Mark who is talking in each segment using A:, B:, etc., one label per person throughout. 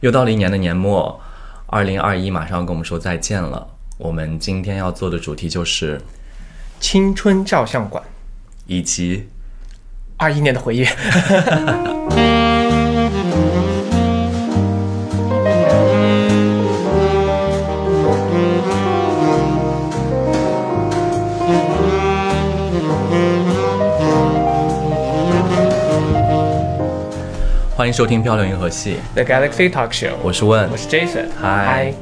A: 又到了一年的年末，二零二一马上要跟我们说再见了。我们今天要做的主题就是
B: 青春照相馆，
A: 以及
B: 二一年的回忆。
A: 欢迎收听《漂流银河系》，
B: The Galaxy Talk Show，
A: 我是问
B: 我。是 Jason，
A: 嗨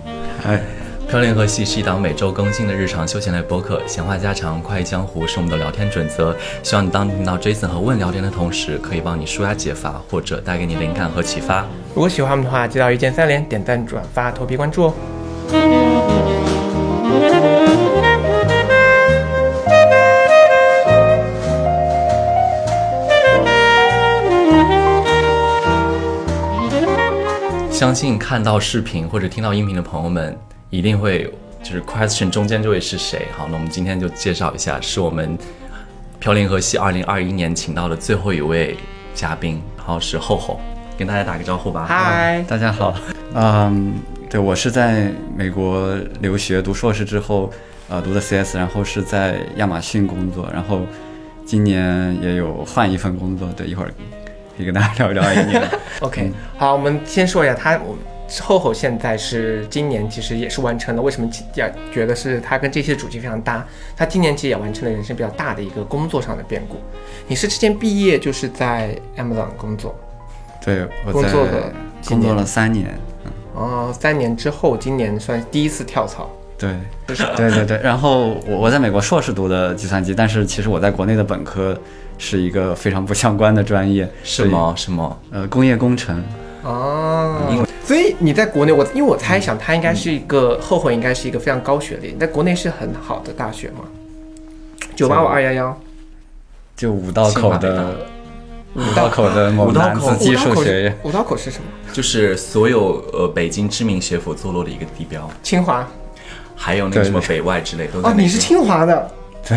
B: 嗨，
C: 哎，
A: 《漂流银河系》是一档每周更新的日常休闲类播客，闲话家常、快意江湖是我们的聊天准则。希望你当听到 Jason 和问聊天的同时，可以帮你舒压解乏，或者带给你灵感和启发。
B: 如果喜欢我们的话，记得一键三连、点赞、转发、投币、关注哦。
A: 相信看到视频或者听到音频的朋友们，一定会就是 question 中间这位是谁？好，那我们今天就介绍一下，是我们飘零河系二零二一年请到的最后一位嘉宾，然后是厚厚，跟大家打个招呼吧。
B: 嗨，
C: 大家好，嗯，对我是在美国留学读硕士之后，呃，读的 CS，然后是在亚马逊工作，然后今年也有换一份工作，对，一会儿可以跟大家聊一聊一 年。
B: OK，、好，我们先说一下他，我厚厚现在是今年其实也是完成了，为什么要觉得是他跟这期的主题非常搭？他今年其实也完成了人生比较大的一个工作上的变故。你是之前毕业就是在 Amazon 工作，
C: 对，我
B: 工
C: 在
B: 作了几
C: 工作
B: 年
C: 了三年，嗯
B: 哦，三年之后，今年算是第一次跳槽，
C: 对，对对对。然后我我在美国硕士读的计算机，但是其实我在国内的本科是一个非常不相关的专业，
A: 是吗？是吗？
C: 呃，工业工程。
B: 哦，所以你在国内，我因为我猜想它应该是一个后悔，应该是一个非常高学历。你在国内是很好的大学吗？九八五二幺幺，
C: 就五道口
A: 清华
C: 的五道口 的某
A: 五道
C: 男
A: 口
C: 子技术学院，
B: 五道口是什么？
A: 就是所有呃北京知名学府坐落的一个地标，
B: 清华
A: 还有那个
C: 对
A: 什么北外之类都在
B: 哦
A: 那，边。
B: 你是清华的。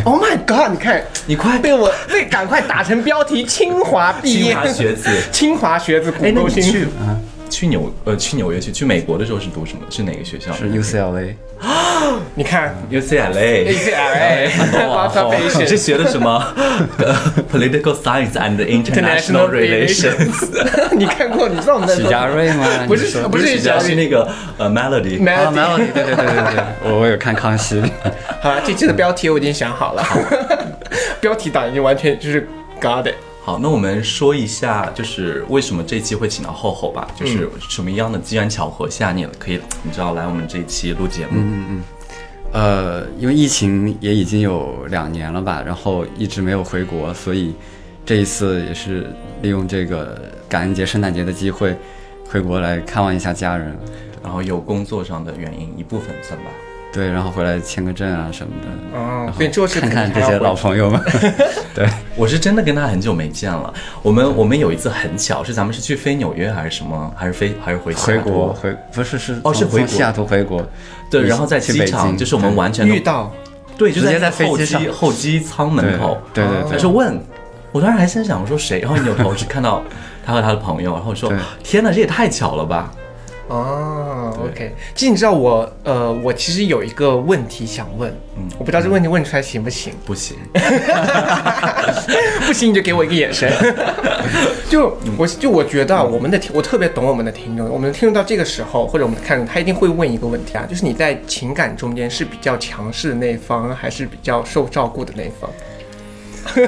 B: Oh my god！你看，
A: 你快
B: 被我被赶快打成 标题，清华毕
A: 清
B: 业，
A: 华学子
B: 清华学子
A: 哎，
B: 骨
A: 那
B: 勾
A: 你
B: 心。
A: 去去纽呃去纽约去去美国的时候是读什么？是哪个学校？
C: 是 UCLA。
B: 你看
A: UCLA。
B: ，ACLA，
A: 哇
B: Lots of
A: 哦你
B: Asians
A: 是学的什么呃？Political Science and International
B: International
A: Relations。
B: 你看过？你知道我们在
C: 许
B: 做
C: 家瑞 吗？
B: 不是
C: 你说
B: 不是
A: 许家是那个呃 Melody。
B: Melody
C: 啊，没有，对对对对对， 我我有看康熙，
B: 好了，这期的标题我已经想好了， 标题党已经完全就是 got it。
A: 好，那我们说一下，就是为什么这期会请到厚厚
B: 嗯
A: 吧？就是什么样的机缘巧合下，你也可以你知道来我们这一期录节
B: 嗯
A: 目？
C: 呃，因为疫情也已经有两年了吧，然后一直没有回国，所以这一次也是利用这个感恩节、圣诞节的机会回国来看望一下家人，
A: 然后有工作上的原因，一部分算吧。
C: 对，然后回来签个证啊什么的，
B: 哦，所以这是
C: 看看
B: 肯
C: 这
B: 定还
C: 些
B: 要
C: 老
B: 回
C: 朋友们。对，
A: 我是真的跟他很久没见了。我
B: 嗯
A: 们我们有一次很巧，是咱们是去飞纽约还是什么，还是飞还是回西
C: 回
A: 雅图
C: 国回不是是
A: 哦是
C: 从
A: 回
C: 从
A: 国
C: 西雅图回国，
A: 对，
C: 去
A: 然后在
C: 去
A: 机
C: 北
A: 场，
C: 京
A: 就是我们完全都
B: 遇到
A: 对，就
C: 直接
A: 在
C: 在飞
A: 候
C: 机
A: 机
C: 上
A: 候机舱门口。
C: 对对对
A: 他说问，我当时还心想我说谁，然后扭头 是看到他和他的朋友，然后我说
C: 对
A: 天哪，这也太巧了吧！
B: 哦，OK。其实你知道我呃，我其实有一个问题想问，
C: 嗯
B: 我不知道这问题问出来行不行，
A: 不行，
B: 不行你就给我一个眼神。 就
C: 嗯
B: 我就我觉得啊我们的听我特别懂我们的听众，我们的听众到这个时候或者我们的看众，他一定会问一个问题啊，就是你在情感中间是比较强势的那一方，还是比较受照顾的那一方？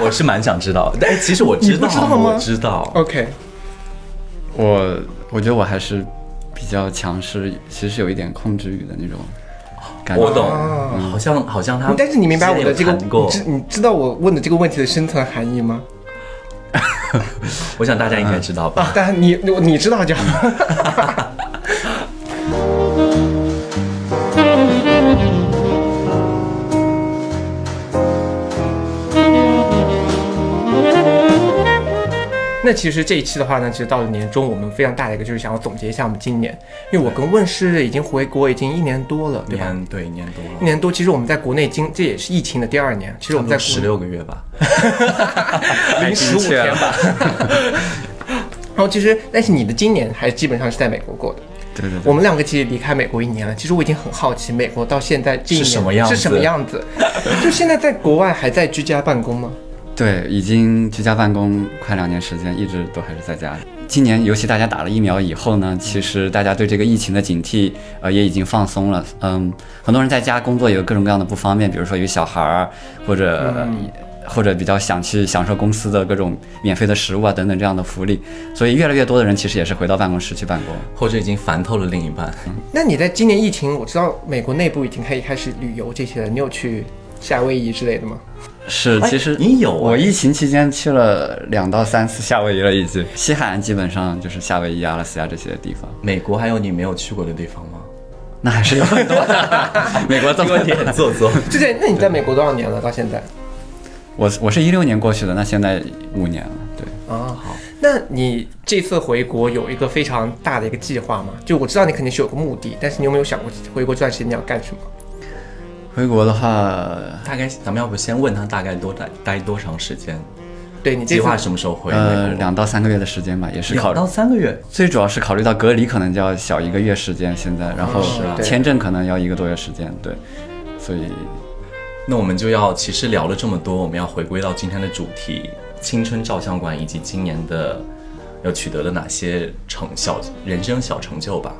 A: 我是蛮想知道，但其实我知道，
B: 你不知道吗哦
A: 我知道。
B: OK，
C: 我我觉得我还是比较强势，其实有一点控制欲的那种感觉。
A: 我懂，好像好像他，
B: 啊但是你明白我的这个，
A: 谈过
B: 你知你知道我问的这个问题的深层含义吗？
A: 我想大家应
C: 嗯
A: 该知道吧？
B: 啊，但你你你知道就好。 那其实这一期的话呢，其实到了年终，我们非常大的一个就是想要总结一下我们今年，因为我跟问世已经回国已经一年多了，对吧？
A: 年对年多
B: 一
A: 了，
B: 年多，其实我们在国内经这也是疫情的第二年，其实我们在国
A: 十六个月吧。
B: 零十五
C: 确
B: 天吧。后其实，但是你的今年还基本上是在美国过的。
C: 对对对
B: 我，们两个其实离开美国一年了，其实我已经很好奇美国到现在这一年
A: 是什么样子
B: 是什么样子。 就现在在国外还在居家办公吗？
C: 对，已经居家办公快两年时间，一直都还是在家。今年尤其大家打了疫苗以后呢，其实大家对这个疫情的警惕，呃，也已经放松了。嗯，很多人在家工作有各种各样的不方便，比如说有小孩儿，或者、或者比较想去享受公司的各种免费的食物啊等等这样的福利，所以越来越多的人其实也是回到办公室去办公。
A: 或者已经烦透了另一半。
B: 那你在今年疫情，我知道美国内部已经可以开始旅游这些了，你有去夏威夷之类的吗？
C: 是，其实、
A: 哎你有啊
C: 我疫情期间去了两到三次夏威夷了，已经。西海岸基本上就是夏威夷、阿拉斯加这些地方，
A: 美国还有你没有去过的地方吗？
C: 那还是有很多的。 美国这么
A: 你很做作。
B: 之前，那你在美国多少年了？到现在？
C: 我我是一六年过去的，那现在五年了，对。
B: 啊，好。那你这次回国有一个非常大的一个计划吗？就我知道你肯定是有个目的，但是你有没有想过回国这段时间你要干什么？
C: 回国的话，
A: 大概咱们要不先问他大概多待待多长时间，
B: 对你
A: 计
B: 这次
A: 划什么时候回
C: 呃，
A: 美国？
C: 两到三个月的时间吧，也是考
A: 两
C: 虑
A: 到。三个月，
C: 最主要是考虑到隔离可能就要小一个月时间，现在，然后
B: 是啊对
C: 签证可能要一个多月时间，对，所以
A: 那我们就要其实聊了这么多，我们要回归到今天的主题——青春照相馆以及今年的又取得了哪些成小人生小成就吧。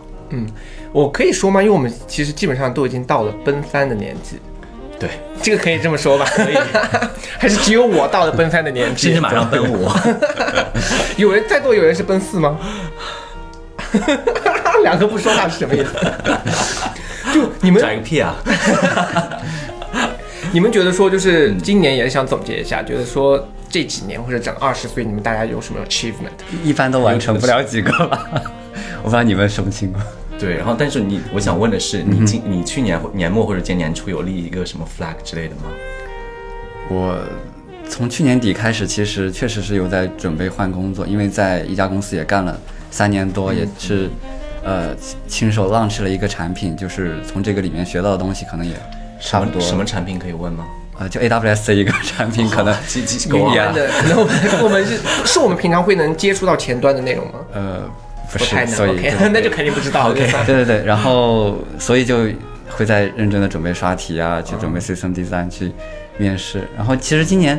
B: 我可以说吗？因为我们其实基本上都已经到了奔三的年纪，
A: 对，
B: 这个可以这么说吧？可以， 还是只有我到了奔三的年纪，
A: 甚至马上奔五。
B: 有人在座有人是奔四吗？ 两个不说话是什么意思？ 就你们
A: 拽个屁啊！
B: 你们觉得说，就是今年也想总结一下，觉得说这几年或者整二十岁，你们大家有什么 achievement？
C: 一般都完成不了几个吧。 我不知道你们什么情况。
A: 对，然后但是你，我想问的是，你今你去年年末或者今年初有立一个什么 flag 之类的吗？
C: 我从去年底开始，其实确实是有在准备换工作，因为在一家公司也干了三年多，也是
B: 嗯
C: 呃亲亲手 launch 了一个产品，就是从这个里面学到的东西可能也
A: 什
C: 差不
A: 么
C: 多。
A: 什么产品可以问吗？
C: 呃，就 AWS 的一个产品，可能
A: 几几
C: 语
A: 狗啊
C: 言
B: 真的， 那我们我们是是我们平常会能接触到前端的内容吗？
C: 呃不
B: 不太能
C: 是，所以
B: ，OK，那 就肯定不知道。
A: OK
B: 就算
C: 对对对，然后所以就会在认真的准备刷题 啊，去准备 system design 去面试。然后其实今年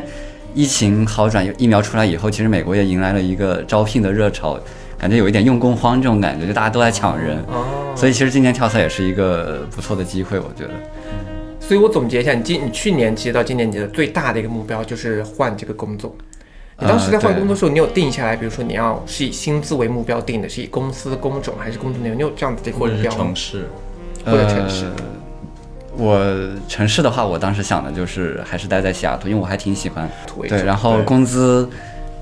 C: 疫情好转，有疫苗出来以后，其实美国也迎来了一个招聘的热潮，感觉有一点用工荒这种感觉，就大家都在抢人。
B: 哦，
C: 所以其实今年跳槽也是一个不错的机会，我觉得。
B: 所以我总结一下，你今你去年其实到今年你的最大的一个目标就是换这个工作。你当时在啊换
C: 呃对
B: 工作的时候，你有定下来，比如说你要是以薪资为目标定的，是以公司工种还是工作内容，你有这样子的一个
A: 或者
B: 目
A: 是
B: 标吗
A: 城？市？
B: 或者城市
C: 呃我城市的话，我当时想的就是还是待在西雅图，因为我还挺喜欢。
B: 土为
C: 对，
B: 主
C: 然后
A: 对
C: 工资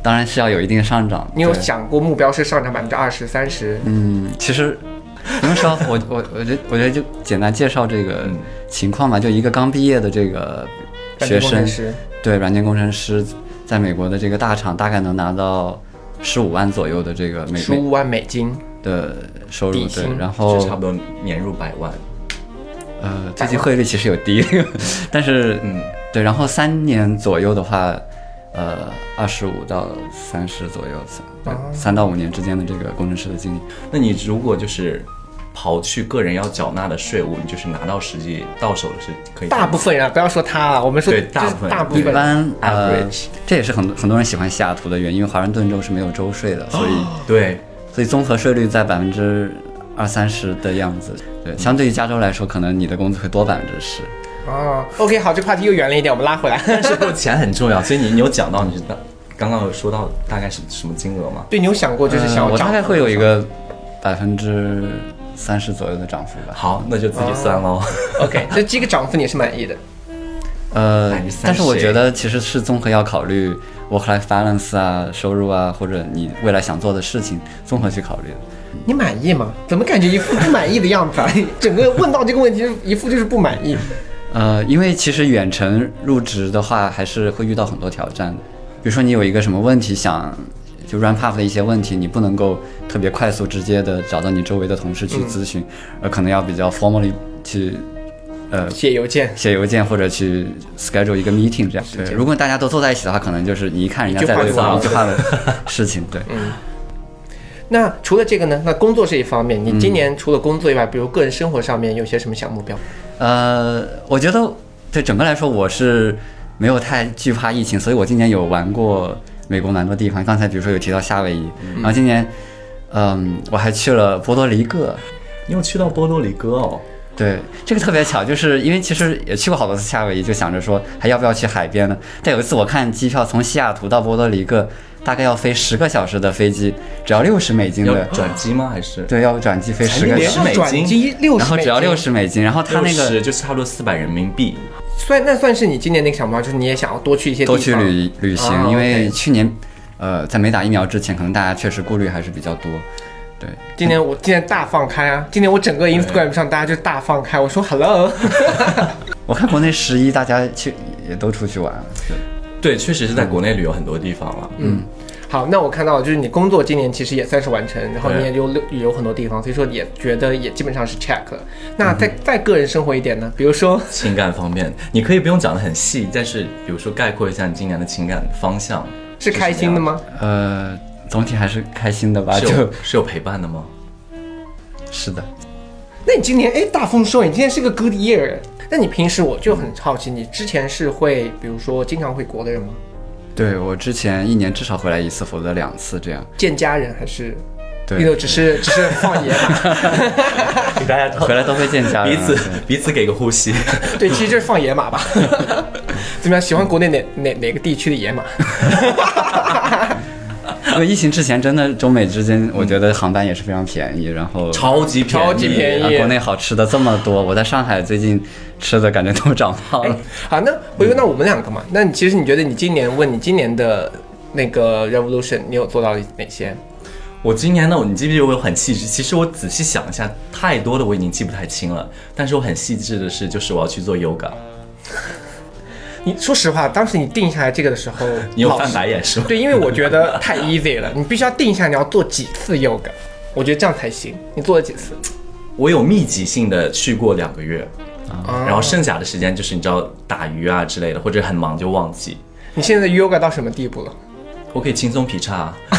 C: 当然是要有一定上涨。
B: 你有
C: 对
B: 想过目标是上涨百分之二十、三十？
C: 嗯，其实不用说，我我我觉得我觉得就简单介绍这个
A: 嗯
C: 情况吧，就一个刚毕业的这个学生，
B: 师
C: 对软件工程师，在美国的这个大厂大概能拿到十五万左右的这个美
B: 十
C: 美
B: 五万美金，
C: 的收入，
B: 底
C: 对
B: 薪，
C: 然
A: 就差
C: 后
A: 不多年入百万。
C: 呃，最近汇率其实有低， 但是
A: 嗯，
C: 对，然后三年左右的话，呃，二十五到三十左右，三三到五年之间的这个工程师的经历。
A: 那你如果就是刨去个人要缴纳的税务，你就是拿到实际到手的是可以
B: 大部分人啊，不要说他了，我们说
A: 对
B: 就是
A: 大部分
B: 大部
C: 一
B: 分人
C: 般呃
A: Average，
C: 这也是很多很多人喜欢西雅图的原因，因为华盛顿州是没有州税
B: 哦
C: 的，所以、
A: 对
C: 所以综合税率在百分之二三十的样子。对，相对于加州来说，可能你的工资会多百分之十。
B: 啊。OK，好，这个话题又远了一点，我们拉回来。
C: 嗯
A: 但是不过钱很重要，所以你你有讲到你是大刚刚有说到大概是什么金额吗？
B: 对你有想过就是想
C: 呃
B: 要
C: 我
B: 涨
C: 大概会有一个百分之三十左右的涨幅吧。
A: 好，那就自己算喽。
B: OK，这这个涨幅你是满意的。
C: 呃
A: 30%，
C: 但是我觉得其实是综合要考虑 work-life balance 啊、收入啊，或者你未来想做的事情，综合去考虑的。
B: 你满意吗？怎么感觉一副不满意的样 子啊？整个问到这个问题，一副就是不满意。
C: 呃，因为其实远程入职的话，还是会遇到很多挑战的。比如说，你有一个什么问题想就 run p up 的一些问题，你不能够特别快速直接的找到你周围的同事去咨询，而可能要比较 formally 去呃
B: 写邮件
C: 写邮件或者去 schedule 一个 meeting 这样。对，如果大家都坐在一起的话，可能就是你一看人家
B: 一句
C: 在
B: 话
C: 对
B: 就完
C: 方
B: 了
C: 一句话的事情，对。
B: 那除了这个呢？那工作是一方面，你今年除了工作以外，比如个人生活上面有些什么小目标？
C: 呃，我觉得对整个来说我是没有太惧怕疫情，所以我今年有玩过美国蛮多地方。刚才比如说有提到夏威夷，然后今年，嗯，我还去了波多黎各。
A: 你有去到波多黎各哦？
C: 对，这个特别巧，就是因为其实也去过好多次夏威夷，就想着说还要不要去海边呢？但有一次我看机票从西雅图到波多黎各大概要飞十个小时的飞机，只要六十美金
A: 要
C: 的，
A: 转机吗？还是？
C: 对，要转机飞十个
A: 连
C: 小
A: 60
C: 时，
A: 美金
B: 转机六十，
C: 然后只要六，十美金，然后他那个
A: 60就是差不多四百人民币。
B: 算那算是你今年那个小目标，就是你也想要多去一些地
C: 多
B: 方，
C: 去旅旅行，
B: 啊
C: 因为
B: OK
C: 去年，呃，在没打疫苗之前，可能大家确实顾虑还是比较多。对，
B: 今年我今年大放开啊！今年我整个 Instagram 上大家就大放开，我说 Hello，
C: 我看国内十一大家去也都出去玩了，对
A: 对，确实是在国内旅游很多地方了。嗯，
B: 好，那我看到就是你工作今年其实也算是完成，然后
A: 对
B: 你也有旅游很多地方，所以说也觉得也基本上是 check 了。那再、再个人生活一点呢？比如说
A: 情感方面，你可以不用讲得很细，但是比如说概括一下你今年的情感方向，
B: 是开心的吗？
C: 呃，总体还是开心的吧，
A: 是
C: 啊就
A: 有是有陪伴的吗？
C: 是的。
B: 那你今年哎大丰收，你今年是个 good year 哎。那你平时我就很好奇，你之前是会比如说经常回国的人吗？
C: 对我之前一年至少回来一次，否则两次这样。
B: 见家人还是？
C: 对
B: 因为只是 只是放野马，
A: 给大家
C: 回来都会见
B: 哎
C: 家人
A: 彼
C: 啊。
A: 此
C: 对
A: 彼此给个呼 吸。
B: 对，其实就是放野马吧。 怎么样？喜欢国内哪哪哪个地区的野马？
C: 因为疫情之前，真的中美之间，我觉得航班也是非常便宜，然后
A: 超级便宜，
B: 超级便宜
C: 啊，国内好吃的这么多，我在上海最近吃的感觉都长胖
A: 嗯
C: 了。
B: 哎好，那回归到我们两个嘛，那你其实你觉得你今年问你今年的那个 revolution，你有做到哪些？
A: 我今年呢，你记不记得我有很细致？其实我仔细想一下，太多的我已经记不太清了。但是我很细致的是，就是我要去做 yoga。
B: 你说实话，当时你定下来这个的时候，
A: 你有
B: 老
A: 翻
B: 实
A: 白眼是吗？
B: 对，因为我觉 得太 easy 了，你必须要定下你要做几次 yoga，我觉得这样才行。你做了几次？
A: 我有密集性的去过两个月，
B: 啊
A: 然后剩下的时间就是你知道打鱼啊之类的，或者很忙就忘记。
B: 你现在 yoga 到什么地步了？
A: 我可以轻松劈叉、啊。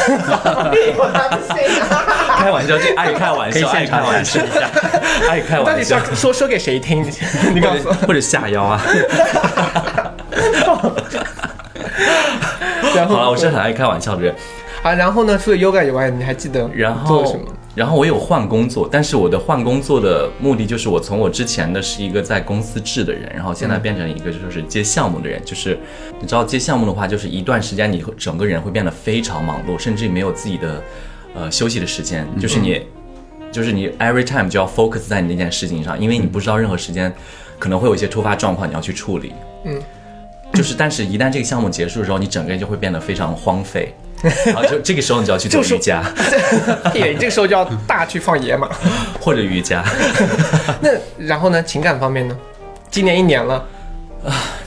A: 开玩笑，这爱开玩
C: 可以
A: 笑，爱
C: 现
A: 开
C: 场
A: 玩笑， 爱开
B: 到
A: 玩
B: 底是要
A: 笑，
B: 说说给谁听？你告
A: 或
B: 诉
A: 者
B: 我。
A: 或者下腰 啊。
B: 然后
A: 好了，我是很爱开玩笑的人。
B: 啊，然后呢？除了 yoga 以外，你还记得
A: 然
B: 做
A: 后
B: 了什么？
A: 然后我有换工作，但是我的换工作的目的就是我从我之前的是一个在公司制的人，然后现在变成一个就是接项目的人。就是你知道接项目的话，就是一段时间你会整个人会变得非常忙碌，甚至没有自己的呃休息的时间，
B: 嗯
A: 就是你。就是你 every time 就要 focus 在你那件事情上，因为你不知道任何时间可能会有一些突发状况你要去处理。嗯，就是但是一旦这个项目结束的时候，你整个人就会变得非常荒 废，然后就这个时候你就要去做
B: 就是
A: 瑜伽。
B: 哎对，你这个时候就要大去放野马。
A: 或者瑜伽。
B: 那然后呢？情感方面呢？今年一年了，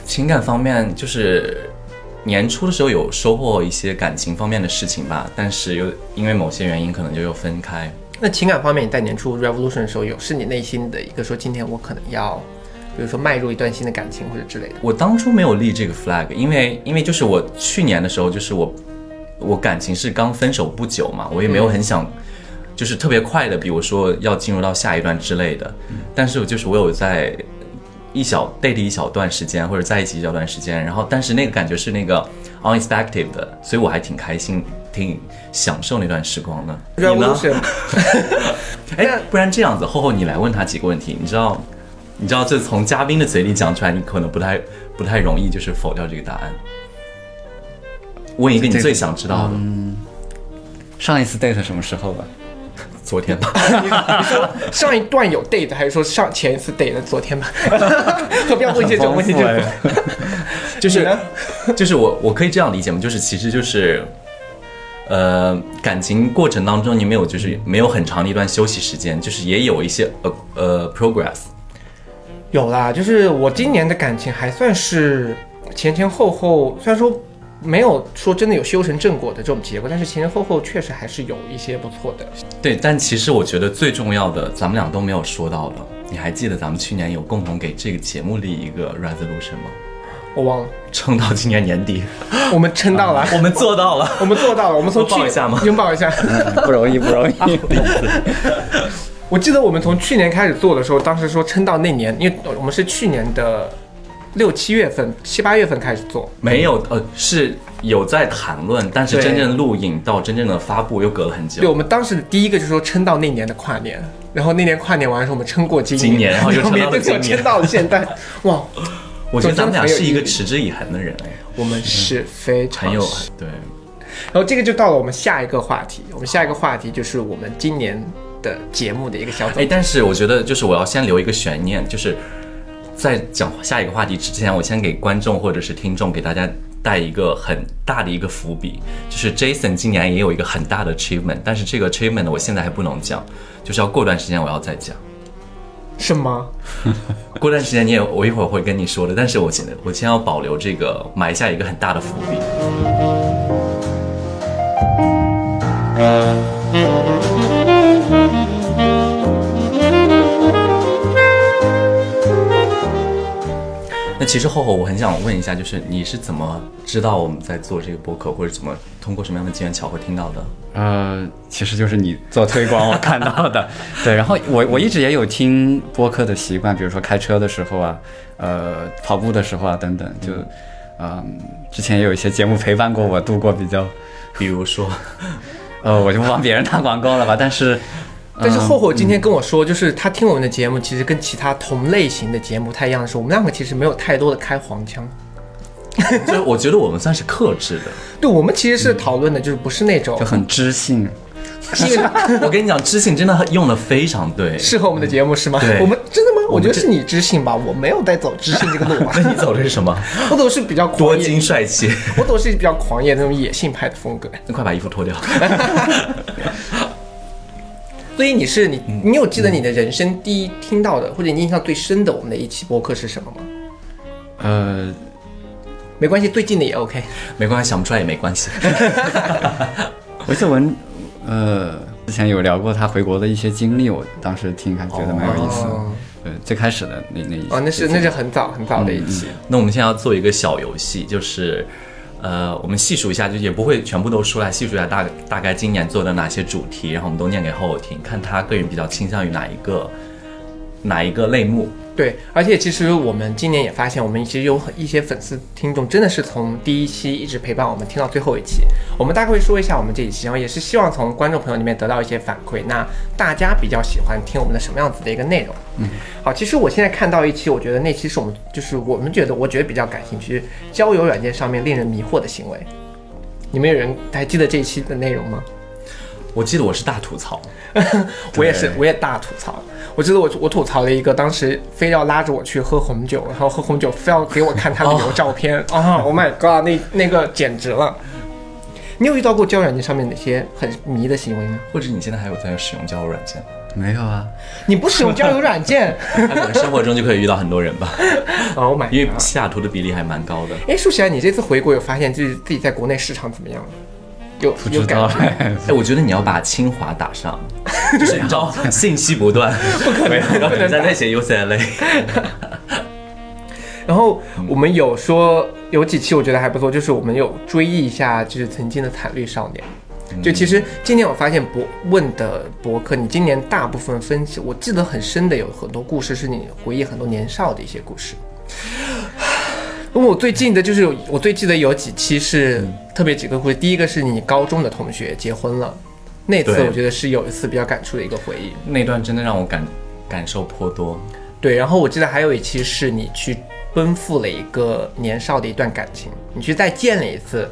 A: 情感方面就是年初的时候有收获一些感情方面的事情吧，但是又因为某些原因可能就又分开。
B: 那情感方面，你在年初 revolution 的时候，有是你内心的一个说，今天我可能要，比如说迈入一段新的感情或者之类的。
A: 我当初没有立这个 flag，因为因为就是我去年的时候，就是我我感情是刚分手不久嘛，我也没有很想。就是特别快的，比如说要进入到下一段之类的，但是我就是我有在一小 date 一小段时间，或者在一起一小段时间，然后但是那个感觉是那个 unexpected 的，所以我还挺开心，挺享受那段时光的。你呢？
B: revolution
A: 哎，不然这样子，厚厚你来问他几个问题，你知道，你知道这从嘉宾的嘴里讲出来，你可能不太不太容易就是否掉这个答案。问一个你
C: 这个
A: 最想知道的，
B: 嗯
C: 上一次 date 什么时候吧？
A: 昨天吧，
B: 上一段有 date 还是说上前一次 date 的昨 天吧？何必要问这种
C: 很
B: 问
C: 丰
B: 题？
C: 富
A: 就
B: 就是
C: 哎
A: 是
B: 你呢
A: 就是我我可以这样理解吗？就是其实就是，呃，感情过程当中你没有就是没有很长的一段休息时间，就是也有一些呃呃 progress，
B: 有啦，就是我今年的感情还算是前前后后，虽然说没有说真的有修成正果的这种结果，但是前前后后确实还是有一些不错的。
A: 对，但其实我觉得最重要的，咱们俩都没有说到的。你还记得咱们去年有共同给这个节目立一个 resolution 吗？
B: 我忘了，
A: 撑到今年年 底，
B: 我们撑到了，
A: 我们做到了。
B: 我们做到了，我们从
A: 拥抱
B: 去
A: 一下吗
B: 拥抱一下。
C: 不容易，不容易。
B: 我记得我们从去年开始做的时候，当时说撑到那年，因为我们是去年的六七月份、七八月份开始做，
A: 没有，呃，是有在谈论，但是
B: 对
A: 真正录影到真正的发布又隔了很
B: 对，
A: 久。
B: 我们当时的第一个就是说撑到那年的跨年，然后那年跨年完的时候，我们撑过今
A: 今年然后又
B: 然后
A: 撑到了
B: 就
A: 今年
B: 撑到了现在，哇，
A: 我觉得咱们俩
B: 总之很有
A: 是一
B: 意
A: 个
B: 义
A: 持之以恒的人，哎，
B: 我们是非常
A: 很有
B: 是
A: 对。
B: 然后这个就到了我们下一个话题，我们下一个话题就是我们今年的节目的一个小总
A: 哎，但是我觉得就是我要先留一个悬念，就是在讲下一个话题之前，我先给观众或者是听众给大家带一个很大的一个伏笔，就是 Jason 今年也有一个很大的 achievement，但是这个 achievement 我现在还不能讲，就是要过段时间我要再讲。
B: 是吗？
A: 过段时间你也我一会儿会跟你说的，但是我现在我先要保留这个埋下一个很大的伏笔。那其实厚厚，我很想问一下，就是你是怎么知道我们在做这个播客，或者怎么通过什么样的机缘巧合听到的？
C: 呃，其实就是你做推广 我看到的，对。然后我我一直也有听播客的习惯，比如说开车的时候啊，呃，跑步的时候啊等等，就，嗯、之前也有一些节目陪伴过我度过比较，
A: 比如说，
C: 呃，我就不帮别人打广告了吧，但是，
B: 但是厚厚今天跟我说，就是他听我们的节目，其实跟其他同类型的节目不太一样的是，我们两个其实没有太多的开黄腔。
A: 就是我觉得我们算是克制的。
B: 对，我们其实是讨论的，就是不是那 种
C: 就很知性，
B: 是因为
A: 我跟你讲，知性真的用的非常对，
B: 适合我们的节目是吗？
A: 对
B: 我们真的吗？
A: 我
B: 我
A: 们
B: 觉得
A: 这
B: 是你知性吧，我没有在走知性这个路啊，
A: 那你走的是什 么？
B: 我走的是比较
A: 多
B: 狂野，
A: 金帅气。
B: 我走的是比较狂野的那种野性派的风格。
A: 那快把衣服脱 掉。
B: 所以你是你，你有记得你的人生第一听到的，或者你印象最深的我们的一期播客是什么吗？
C: 呃，
B: 没关系，最近的也 OK。
A: 没关系，想不出来也没关系。
C: 维瑟文，呃，之前有聊过他回国的一些经历，我当时听还觉得蛮有意思的，
B: 哦
C: 对，最开始的那那一
B: 哦，那是
C: 一集
B: 那是很早很早的一期，
A: 那我们现在要做一个小游戏，就是，呃，我们细数一下，就也不会全部都出来，细数一下大大概今年做的哪些主题，然后我们都念给后后听，看他个人比较倾向于哪一个哪一个类目。
B: 对。而且其实我们今年也发现，我们其实有很一些粉丝听众真的是从第一期一直陪伴我们听到最后一期。我们大概会说一下我们这一期，然后也是希望从观众朋友里面得到一些反馈。那大家比较喜欢听我们的什么样子的一个内容？嗯，好，其实我现在看到一期，我觉得那期是我们就是我们觉得我觉得比较感兴趣，交友软件上面令人迷惑的行为。你们有人还记得这一期的内容吗？
A: 我记得我是大吐槽，
B: 我也是，我也大吐槽。我记得我我吐槽了一个，当时非要拉着我去喝红酒，然后喝红酒非要给我看他
C: 哦
B: 旅游照片啊、o h my god，那那个简直了！你有遇到过交友软件上面哪些很迷的行为吗？
A: 或者你现在还有在使用交友软件吗？
C: 没有啊，
B: 你不使用交友软 件
A: 他可能生活中就可以遇到很多人吧，
B: ？Oh my
A: 因为
B: god！
A: 西雅图的比例还蛮高的。
B: 哎，舒淇啊，你这次回国有发现自己自己在国内市场怎么样了？有
C: 不
B: 有
C: 知
B: 感
C: 道
B: 觉？
A: 哎，我觉得你要把清华打 上，就是你知道信息不断，不可能，然后你在那写 UCLA。
B: 然后我们有说有几期我觉得还不错，就是我们有追忆一下，就是曾经的惨绿少年。就其实今年我发现博问的博客，你今年大部分分析，我记得很深的有很多故事是你回忆很多年少的一些故事。因为我最近的就是有我最记得有几期是特别几个故事，第一个是你高中的同学结婚了，那次
A: 对
B: 我觉得是有一次比较感触的一个回忆。
A: 那段真的让我感感受颇多。
B: 对，然后我记得还有一期是你去奔赴了一个年少的一段感情，你去再见了一次，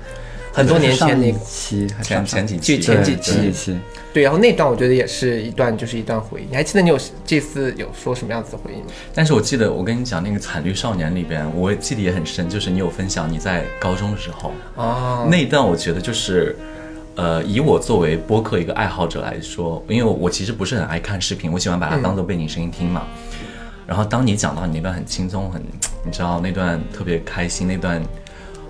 B: 很多年前
C: 上
B: 那
C: 一
B: 个
C: 期还是
A: 前
C: 上
A: 前几
B: 就
A: 期，
B: 前几
C: 对
B: 期
C: 前几期，
B: 对，然后那段我觉得也是一段就是一段回忆。你还记得你有这次有说什么样子的回忆吗？
A: 但是我记得我跟你讲那个《惨绿少年》里边，我记得也很深，就是你有分享你在高中的时候、
C: 啊
B: 哦，
A: 那一段，我觉得就是。呃，以我作为播客一个爱好者来说，因为我我其实不是很爱看视频，我喜欢把它当做背景声音听嘛。
B: 嗯
A: 然后当你讲到你那段很轻松、很你知道那段特别开心、那段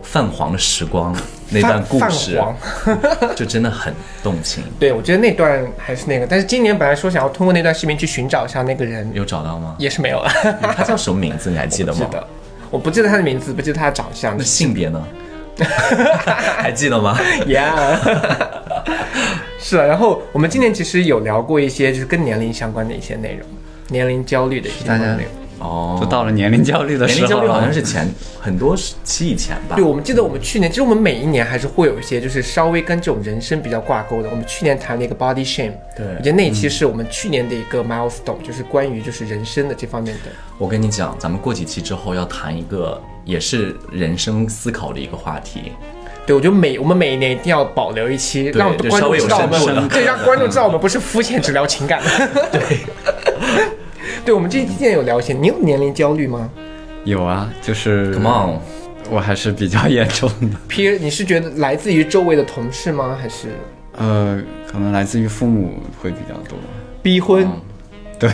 A: 泛黄的时 光、那段
B: 泛
A: 故
B: 泛
A: 事，
B: 黄
A: 就真的很动情。
B: 对，我觉得那段还是那个，但是今年本来说想要通过那段视频去寻找一下那个人，
A: 有找到吗？
B: 也是没有了。
A: 他叫什么名字？你还记得
B: 是
A: 吗？
B: 的，我不记得他的名字，不记得他的长 相
A: 那性别 呢？还记得吗？
B: ，Yeah，是啊。然后我们今年其实有聊过一些就是跟年龄相关的一些内容，年龄焦虑的一些
C: 大家
B: 内容。
A: 哦，
C: 就到了年龄焦虑的
A: 年
C: 时
A: 龄
C: 候
A: 焦
C: 了，
A: 虑好像是前很多期以前吧
B: 对，。我们记得我们去年，其实我们每一年还是会有一些，就是稍微跟这种人生比较挂钩的。我们去年谈了一个 body shame，
A: 对
B: 我觉得那一期是我们去年的一个 milestone，、就是关于就是人生的这方面的。
A: 我跟你讲，咱们过几期之后要谈一个也是人生思考的一个话题。
B: 对，我觉得每我们每一年一定要保留一期，
A: 对
B: 让
A: 就
B: 观
A: 稍
B: 众
A: 微有
B: 知道我
A: 深深
B: 们，
A: 刻
B: 对，
A: 的
B: 让观众知道我们不是肤浅只聊情感的。对， 对，我们这一期今年有聊一些，你有年龄焦虑吗
C: 有啊，就是
A: ，Come on，
C: 我还是比较严重的，
B: ？Peer，你是觉得来自于周围的同事吗？还是
C: 呃，可能来自于父母会比较多，
B: 逼婚？
A: 嗯
C: 对，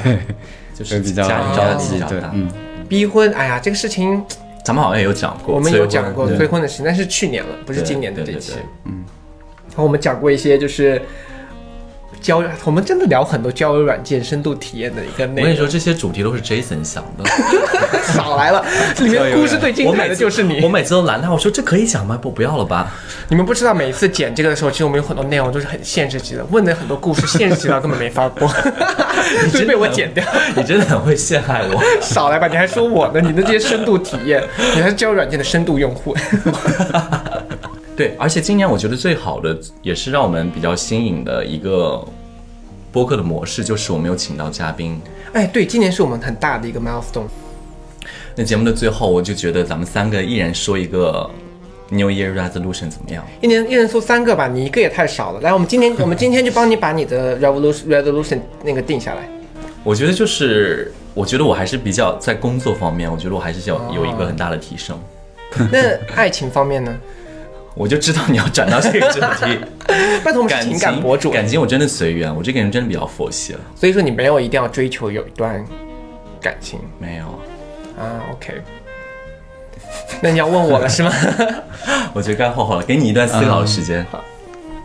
A: 就是
C: 会比较
A: 家庭
C: 着
A: 压力比
C: 急
A: 较，
C: 对
A: 大，
C: 嗯，
B: 逼婚，哎呀，这个事情
A: 咱们好像也有讲过，
B: 我们有讲过
A: 催
B: 催
A: 婚
B: 婚的事情，但是去年了，不是
A: 对
B: 今年的这
A: 对
B: 一
A: 对
B: 期
A: 对。
C: 嗯，
B: 然后我们讲过一些就是交友，我们真的聊很多交友软件深度体验的一个
A: 对我跟
B: 内
A: 你说，
B: 容。
A: 这些主题都是 Jason 想 的。
B: 少来 了，这里面故事最精
A: 我
B: 彩
A: 每
B: 的
A: 次
B: 就是你。
A: 我每次都拦他，我说这可以讲吗？不，不要了吧。
B: 你们不知道，每次剪这个的时候，其实我们有很多内容都是很现实级的，问的很多故事，现实级到根本没法 播，就
A: 真的
B: 被我剪掉。
A: 你真的很会陷害我。
B: 少来吧，你还说我呢？你的这些深度体验，你还是交友软件的深度用户。
A: 对，而且今年我觉得最好的，也是让我们比较新颖的一个播客的模式，就是我们有请到嘉宾。
B: 哎，对，今年是我们很大的一个 milestone。
A: 那节目的最后，我就觉得咱们三个一人说一个 New Year Resolution 怎么样？
B: 一年一人说三个吧，你一个也太少了。来，我 们今天我们今天就帮你把你的 revolution resolution 那个定下 来。
A: 我觉得就是，我觉得我还是比较在工作方面，我觉得我还是有有一个很大的提升。
B: 那爱情方面呢？
A: 我就知道你要转到这个主 题，
B: 拜托，我们
A: 感
B: 是
A: 情
B: 情感博主，
A: 感情我真的随缘，我这个人真的比较佛系了。
B: 所以说你没有一定要追求有一段感情
A: 没有，
B: 啊。OK，那你要问我 了是吗？
A: 我觉得该霍霍了，给你一段思考的时
B: 嗯
A: 间。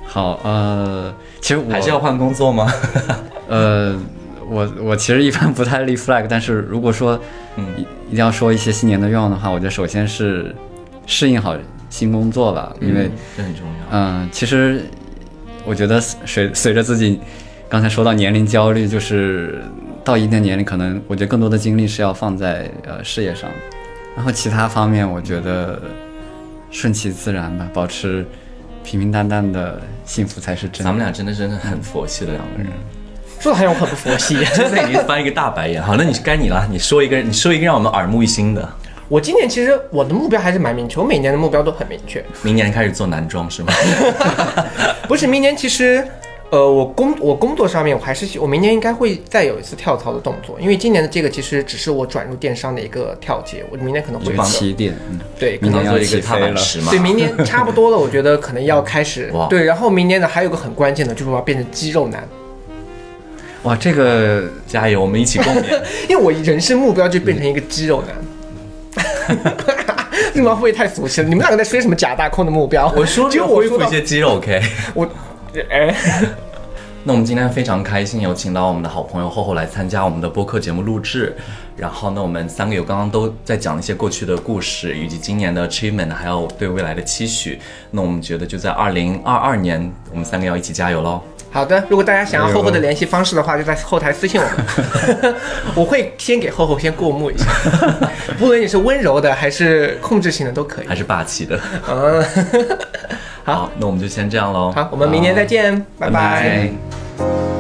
C: 好，呃，其实我
A: 还是要换工作吗？
C: 呃，我我其实一般不太立 flag，但是如果说
A: 嗯
C: 一一定要说一些新年的愿望的话，我觉得首先是适应好新工作吧，因为
A: 这很重要。
C: 嗯、其实我觉得随随着自己刚才说到年龄焦虑，就是到一定年龄，可能我觉得更多的精力是要放在呃事业上，然后其他方面我觉得顺其自然吧，保持平平淡淡的幸福才是真的。
A: 咱们俩真的真的很佛系的两个人，
B: 说的好像我很不佛 系。
A: 现已经翻一个大白眼。好，那你该你了，你说一个，你说一个让我们耳目一新的。
B: 我今年其实我的目标还是蛮明确，我每年的目标都很明确。
A: 明年开始做男装是吗？
B: 不是，明年其实，呃，我工我工作上面，我还是我明年应该会再有一次跳槽的动作，因为今年的这个其实只是我转入电商的一个跳节，我明年可能
C: 一
B: 会
C: 个起点，嗯。
B: 对，可
C: 明
A: 当
B: 能
C: 年
A: 做
C: 要
A: 一个
C: 起
A: 踏
C: 飞
A: 板
C: 了。
A: 石吗
B: 对，？明年差不多了，我觉得可能要开始
A: 哇
B: 对，然后明年的还有个很关键的，就是我要变成肌肉男，
C: 哇，这个
A: 加油，我们一起共勉。
B: 因为我人生目标就变成一个肌肉男。 你们会不会太俗气了？你们两个在说什么假大空的目标？
A: 我说
B: 只
A: 这
B: 有
A: 个
B: 我
A: 恢
B: 说
A: 复一
B: 到
A: 些肌肉，OK。
B: 我，哎，
A: 那我们今天非常开心，有请到我们的好朋友厚厚来参加我们的播客节目录制。然后呢，我们三个有刚刚都在讲一些过去的故事，以及今年的 achievement，还有对未来的期许。那我们觉得就在二零二二年，我们三个要一起加油喽！
B: 好的，如果大家想要
C: 哎呦
B: 厚厚的联系方式的话，就在后台私信 我们，我会先给厚厚先过目一下，不论你是温柔的还是控制型的都可以
A: 还。是霸气的。
B: 嗯，
A: 好，那我们就先这样喽。
B: 好，我们明年再见，拜拜
A: 拜
C: 哎